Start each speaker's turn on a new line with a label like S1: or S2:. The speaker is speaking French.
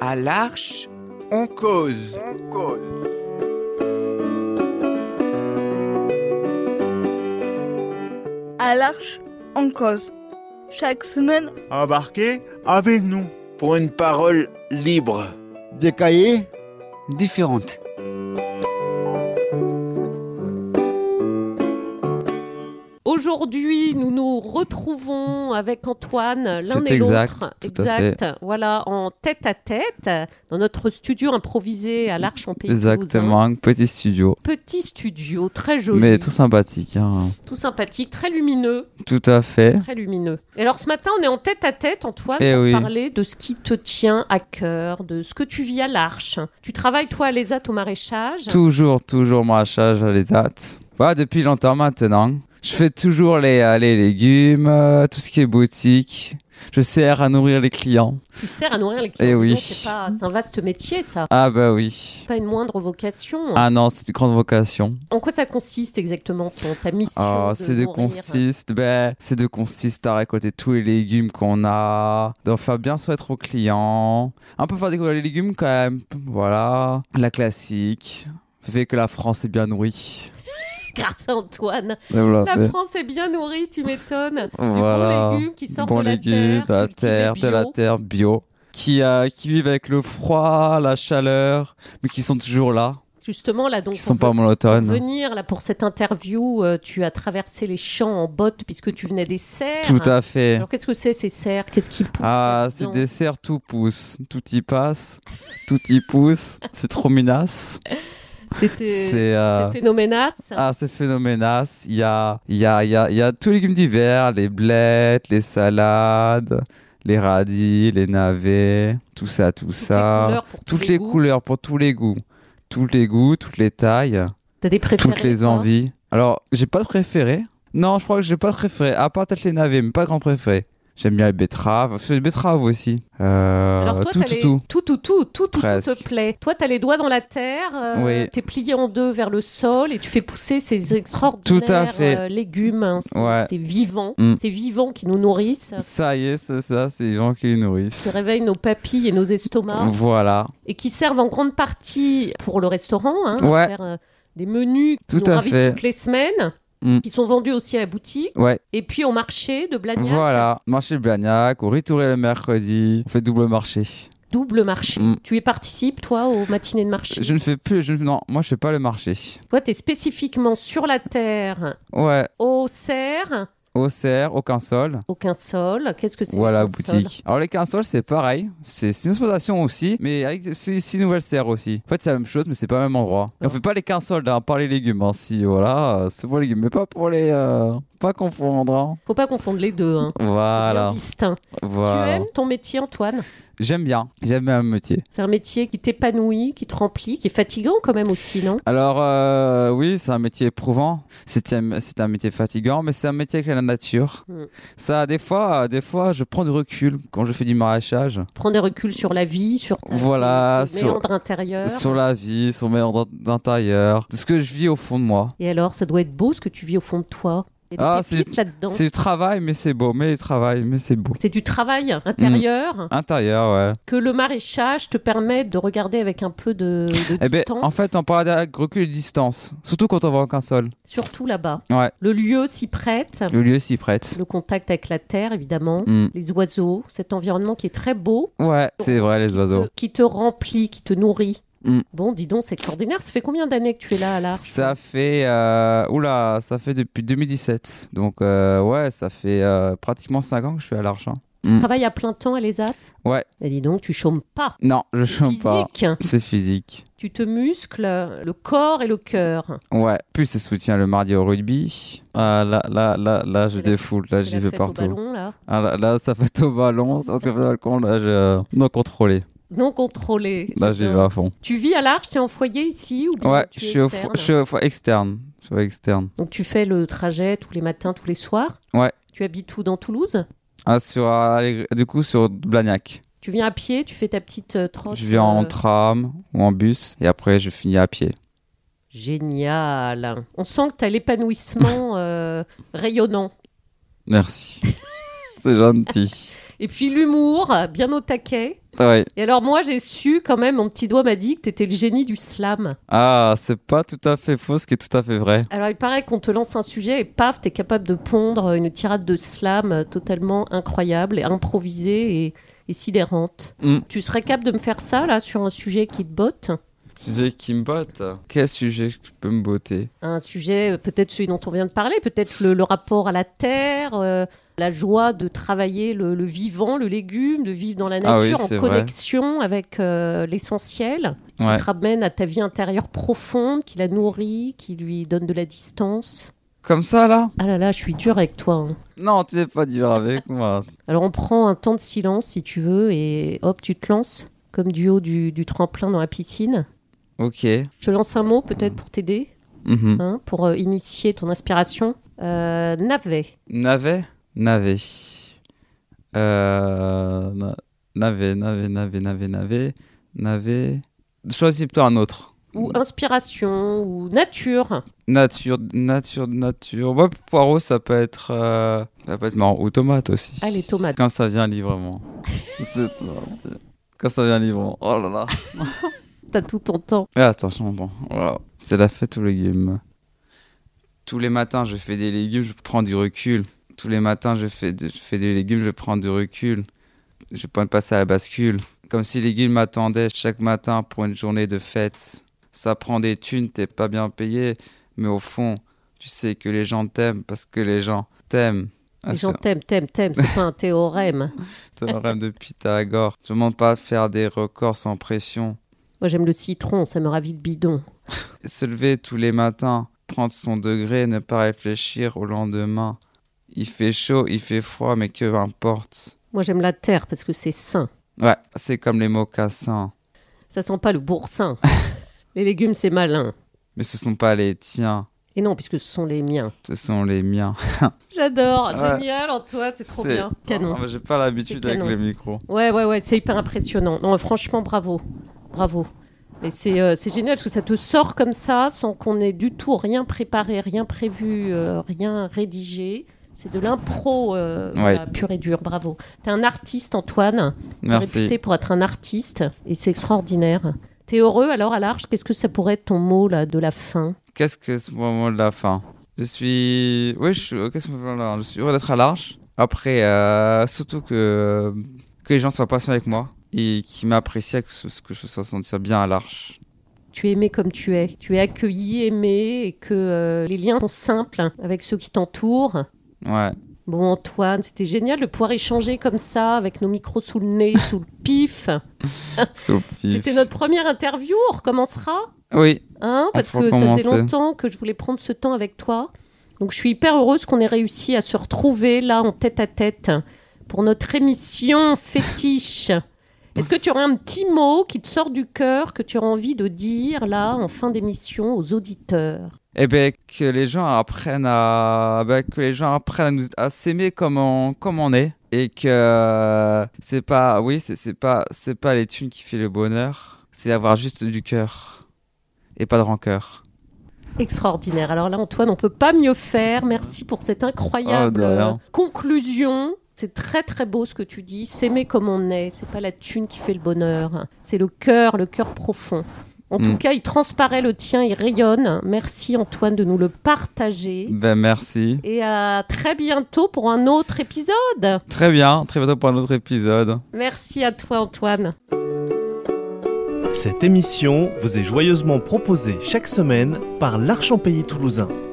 S1: À l'arche, on cause.
S2: à l'Arche en cause. Chaque semaine,
S3: Embarquez avec nous.
S4: pour une parole libre.
S5: Des cahiers
S6: différentes.
S7: Aujourd'hui, nous nous retrouvons avec Antoine, l'un
S8: C'est
S7: et
S8: exact,
S7: l'autre.
S8: tout à fait.
S7: Voilà, en tête à tête, dans notre studio improvisé à l'Arche en Pays de Toulouse, hein.
S8: Exactement, petit studio.
S7: Petit studio, très joli,
S8: Mais très sympathique. hein.
S7: tout sympathique, très lumineux,
S8: Tout à fait.
S7: très lumineux. Et alors ce matin, on est en tête à tête, Antoine,
S8: Eh
S7: pour
S8: oui.
S7: parler de ce qui te tient à cœur, de ce que tu vis à l'Arche. Tu travailles, toi, à l'ESAT au maraîchage.
S8: Toujours, toujours maraîchage à les hâtes. Bah, depuis longtemps maintenant. Je fais toujours les, euh, les légumes, euh, tout ce qui est boutique. Je sers à nourrir les clients.
S7: Tu sers à nourrir les clients.
S8: Eh oui.
S7: dis donc, C'est pas- c'est un vaste métier, ça.
S8: Ah bah oui.
S7: C'est pas une moindre vocation.
S8: Ah non, c'est une grande vocation.
S7: En quoi ça consiste exactement ton, ta mission
S8: Ah,
S7: de
S8: c'est de
S7: nourrir euh,
S8: consiste, ben, c'est de consiste à récolter tous les légumes qu'on a, d'en faire bien souhaiter aux clients, un peu faire découvrir les légumes quand même, voilà, la classique, fait que la France est bien nourrie.
S7: Grâce à Antoine.
S8: Et voilà,
S7: La
S8: Ah, mais-
S7: France est bien nourrie, tu m'étonnes.
S8: voilà.
S7: Du bon légume qui sort
S8: Bons
S7: de, la
S8: légumes,
S7: terre, cultivé
S8: de la
S7: bio.
S8: terre bio, qui, euh, qui vivent avec le froid, la chaleur, mais qui sont toujours là,
S7: Justement, là, donc,
S8: qui
S7: on
S8: sont
S7: veut-
S8: pas
S7: pour
S8: monotones.
S7: venir là, pour cette interview, euh, tu as traversé les champs en botte puisque tu venais des serres.
S8: Tout à fait.
S7: Alors, qu'est-ce que c'est ces serres Qu'est-ce qui pousse
S8: Ah, c'est
S7: là-dedans
S8: des serres tout pousse, tout y passe, tout y pousse, c'est trop minace.
S7: C'était- C'est
S8: C'est euh,
S7: phénoménal.
S8: ah, c'est phénoménal. Il y a, il y, a, il y, a, il y a tous les légumes d'hiver, les blettes, les salades, les radis, les navets, tout ça, tout
S7: Toutes les
S8: ça.
S7: couleurs pour tous
S8: toutes les
S7: goûts.
S8: couleurs pour tous les goûts, tous les goûts, toutes les tailles,
S7: T'as des préférés
S8: toutes les
S7: toi
S8: envies. Alors, j'ai pas de préféré. Non, je crois que j'ai pas de préféré. À part peut-être les navets, mais pas grand préféré. J'aime bien les betteraves, les betteraves aussi. Euh,
S7: Alors toi,
S8: tout,
S7: t'as
S8: tout,
S7: les-
S8: tout.
S7: tout, tout, tout, tout, tout
S8: Presque.
S7: te plaît. Toi, t'as les doigts dans la terre, euh,
S8: Oui.
S7: t'es plié en deux vers le sol et tu fais pousser ces extraordinaires
S8: Tout à fait.
S7: euh, légumes. hein. C'est
S8: Ouais.
S7: c'est vivant,
S8: Mm.
S7: c'est vivant qui nous nourrissent,
S8: Ça y est, c'est ça, c'est les gens qui les
S7: qui
S8: nourrissent.
S7: réveillent nos papilles et nos estomacs
S8: Mm. Voilà,
S7: et qui servent en grande partie pour le restaurant, hein, à
S8: Ouais.
S7: faire, euh, des menus qui
S8: Tout
S7: nous
S8: à
S7: ravissent
S8: fait.
S7: toutes les semaines,
S8: Mm.
S7: qui sont vendus aussi à la boutique
S8: ouais,
S7: et puis au marché de Blagnac,
S8: voilà. Marché Blagnac, au Ritouré le mercredi, on fait double marché.
S7: double marché.
S8: Mm.
S7: Tu y participes toi aux matinées de marché.
S8: Je ne fais plus, je, non, moi je fais pas le marché.
S7: Toi, t'es spécifiquement sur la terre,
S8: Ouais,
S7: au cerf,
S8: au cerf, au quinsol.
S7: aucun sol. Qu'est-ce que c'est
S8: Voilà,
S7: qu'un sol
S8: boutique. Alors, les quinsols, c'est pareil. C'est c'est une exploitation aussi, mais avec six, six nouvelles serres aussi. En fait, c'est la même chose, mais c'est pas le même endroit. Et on fait pas les quinsols, hein, par les légumes. hein, Si, voilà, euh, c'est pour les légumes, mais pas pour les. euh, pas confondre. hein.
S7: Faut pas confondre les deux. Hein. C'est bien
S8: Voilà,
S7: Distinct. Tu
S8: voilà.
S7: aimes ton métier, Antoine
S8: J'aime bien, j'aime bien mon métier.
S7: C'est un métier qui t'épanouit, qui te remplit, qui est fatigant quand même aussi, non
S8: Alors euh, oui, c'est un métier éprouvant, c'est un, c'est un métier fatigant, mais c'est un métier avec la nature.
S7: Mm.
S8: Ça, des fois, des fois, je prends du recul quand je fais du maraîchage
S7: Prends des reculs sur la vie, sur ta
S8: Voilà,
S7: tes
S8: sur-
S7: méandres intérieurs.
S8: sur la vie, sur mes ordres d'intérieur, de ce que je vis au fond de moi.
S7: Et alors, ça doit être beau ce que tu vis au fond de toi. Il y a
S8: Ah,
S7: des pépites là-dedans.
S8: C'est du travail, mais c'est beau, mais du travail, mais c'est beau.
S7: C'est du travail intérieur
S8: Mm. Intérieur, ouais.
S7: que le maraîchage te permet de regarder avec un peu de, de
S8: Eh ben,
S7: distance,
S8: en fait, on parle de recul et de distance, surtout quand on va en qu'un sol.
S7: surtout là-bas.
S8: Ouais.
S7: Le lieu s'y prête,
S8: Le lieu s'y prête.
S7: le contact avec la terre évidemment,
S8: Mm.
S7: les oiseaux, cet environnement qui est très beau,
S8: Ouais, c'est vrai, les oiseaux.
S7: te- qui te remplit, qui te nourrit.
S8: Mm.
S7: Bon, dis donc, c'est extraordinaire. Ça fait combien d'années que tu es là, là
S8: Ça fait. euh, oula, ça fait depuis 2017. Donc, euh, ouais, ça fait euh, pratiquement 5 ans que je suis à l'Arche. hein.
S7: Tu travailles à plein temps à l'ESAT
S8: Ouais.
S7: Et dis donc, tu chômes pas.
S8: Non, je chôme pas.
S7: Physique. hein.
S8: C'est physique.
S7: Tu te muscles le corps et le cœur.
S8: Ouais, plus je soutiens le mardi au rugby. Ah, là, là, là, là, je
S7: C'est la-
S8: défoule. Là,
S7: C'est
S8: j'y
S7: la
S8: vais
S7: fête au
S8: partout.
S7: ballon, là.
S8: Ah, là, là, ça fait au ballon. Ça fait au balcon. Là, je. Non contrôlé.
S7: Non contrôlé.
S8: Là, j'y vais à fond.
S7: Tu vis à l'Arche, tu es en foyer ici ou bien
S8: Bah. Ouais,
S7: tu
S8: je
S7: es
S8: suis au fo-
S7: externe
S8: je suis au fo- externe. Je suis au externe.
S7: Donc tu fais le trajet tous les matins, tous les soirs.
S8: Ouais.
S7: Tu habites où dans Toulouse
S8: Ah, sur, euh, du coup, sur Blagnac.
S7: Tu viens à pied, tu fais ta petite euh, trotte.
S8: Je viens en
S7: euh,
S8: tram ou en bus et après, je finis à pied.
S7: Génial. On sent que tu as l'épanouissement euh, rayonnant.
S8: Merci. C'est gentil. Ah
S7: Et puis l'humour, bien au taquet.
S8: Ouais.
S7: Et alors moi j'ai su quand même, mon petit doigt m'a dit que t'étais le génie du slam.
S8: Ah, c'est pas tout à fait faux, ce qui est tout à fait vrai.
S7: Alors il paraît qu'on te lance un sujet et paf, t'es capable de pondre une tirade de slam euh, totalement incroyable et improvisée et, et sidérante.
S8: Mm.
S7: Tu serais capable de me faire ça là sur un sujet qui te botte
S8: Sujet qui me botte. Quel sujet que je peux me botter
S7: un sujet, euh, peut-être celui dont on vient de parler, peut-être le, le rapport à la terre, euh, la joie de travailler le, le vivant, le légume, de vivre dans la
S8: Ah oui,
S7: nature
S8: c'est
S7: en
S8: vrai.
S7: connexion avec euh, l'essentiel, qui
S8: Ouais.
S7: te ramène à ta vie intérieure profonde, qui la nourrit, qui lui donne de la distance.
S8: Comme ça, là
S7: Ah là là, je suis dure avec toi. hein.
S8: Non, tu n'es pas dur avec moi.
S7: Alors on prend un temps de silence si tu veux et hop, tu te lances comme du haut du, du tremplin dans la piscine.
S8: Ok.
S7: Je te lance un mot peut-être pour t'aider,
S8: Mhm.
S7: hein, pour euh, initier ton inspiration. Euh, navet.
S8: Navet Navet. Euh, na- navet, navet, navet, navet, navet. Navet. Choisis plutôt un autre.
S7: ou inspiration ou nature.
S8: Nature, nature, nature. Ouais, poireau, ça peut être. euh, Ça peut être marrant. Ou tomate aussi.
S7: Ah, les tomates.
S8: Quand ça vient librement. C'est- Quand ça vient librement. Oh là là.
S7: T'as tout ton temps.
S8: Ah, attends, je m'entends. Voilà. C'est la fête aux légumes. Tous les matins, je fais des légumes, je prends du recul. Tous les matins, je fais, de- je fais des légumes, je prends du recul. Je pas de passer à la bascule. Comme si les légumes m'attendaient chaque matin pour une journée de fête. Ça prend des thunes, t'es pas bien payé. Mais au fond, tu sais que les gens t'aiment parce que les gens t'aiment. Ah,
S7: Les
S8: c'est-
S7: gens t'aiment, t'aiment, t'aiment. C'est pas un théorème.
S8: Théorème de Pythagore. Je ne demande pas de faire des records sans pression.
S7: Moi, j'aime le citron, ça me ravit le bidon.
S8: Se lever tous les matins, prendre son degré, ne pas réfléchir au lendemain. Il fait chaud, il fait froid, mais que importe.
S7: Moi, j'aime la terre parce que c'est sain.
S8: Ouais, c'est comme les mocassins.
S7: Ça sent pas le boursin. les légumes, c'est malin.
S8: Mais ce sont pas les tiens,
S7: Et non, puisque ce sont les miens.
S8: ce sont les miens.
S7: J'adore.
S8: Ouais.
S7: Génial, Antoine, c'est trop
S8: C'est-
S7: bien. Canon.
S8: Ah, bah, J'ai pas l'habitude
S7: C'est
S8: avec
S7: canon.
S8: le micro.
S7: Ouais, ouais, ouais, c'est hyper impressionnant. Non, franchement, bravo. Bravo. Et c'est euh, c'est génial parce que ça te sort comme ça sans qu'on ait du tout rien préparé, rien prévu, euh, rien rédigé. C'est de l'impro euh, voilà, pur et dur, bravo. T'es un artiste, Antoine. T'es
S8: Merci.
S7: réputé pour être un artiste et c'est extraordinaire. T'es heureux alors à l'arche Qu'est-ce que ça pourrait être ton mot là, de la fin
S8: Qu'est-ce que ce moment de la fin Je suis. Oui, je suis. Qu'est-ce que je suis heureux d'être à l'arche. Après, euh, surtout que que les gens soient patients avec moi et qui m'apprécient que ce que je sois sentir bien à l'arche.
S7: Tu es aimé comme tu es. Tu es accueilli, aimé et que euh, les liens sont simples avec ceux qui t'entourent.
S8: Ouais.
S7: Bon Antoine, c'était génial de pouvoir échanger comme ça avec nos micros sous le nez, sous le pif.
S8: Sophie.
S7: C'était notre première interview, on recommencera,
S8: Oui.
S7: hein,
S8: On
S7: parce
S8: pourra
S7: que ça faisait
S8: commencer.
S7: longtemps que je voulais prendre ce temps avec toi. Donc je suis hyper heureuse qu'on ait réussi à se retrouver là en tête à tête pour notre émission fétiche. Est-ce que tu aurais un petit mot qui te sort du cœur que tu aurais envie de dire là en fin d'émission aux auditeurs
S8: Eh ben que les gens apprennent à ben, que les gens apprennent à, nous- à s'aimer comme on comme on est et que euh, c'est pas oui c'est c'est pas c'est pas les thunes qui fait le bonheur c'est avoir juste du cœur et pas de rancœur.
S7: Extraordinaire. Alors là, Antoine, on peut pas mieux faire. Merci pour cette incroyable
S8: Ah, de rien.
S7: euh, conclusion. C'est très très beau ce que tu dis. S'aimer comme on est, c'est pas la thune qui fait le bonheur, c'est le cœur, le cœur profond. En
S8: Mm.
S7: tout cas, il transparaît le tien, il rayonne. Merci Antoine de nous le partager.
S8: Ben merci.
S7: Et à très bientôt pour un autre épisode.
S8: Très bien, très bientôt pour un autre épisode.
S7: Merci à toi Antoine.
S5: Cette émission vous est joyeusement proposée chaque semaine par l'Archampélie toulousain.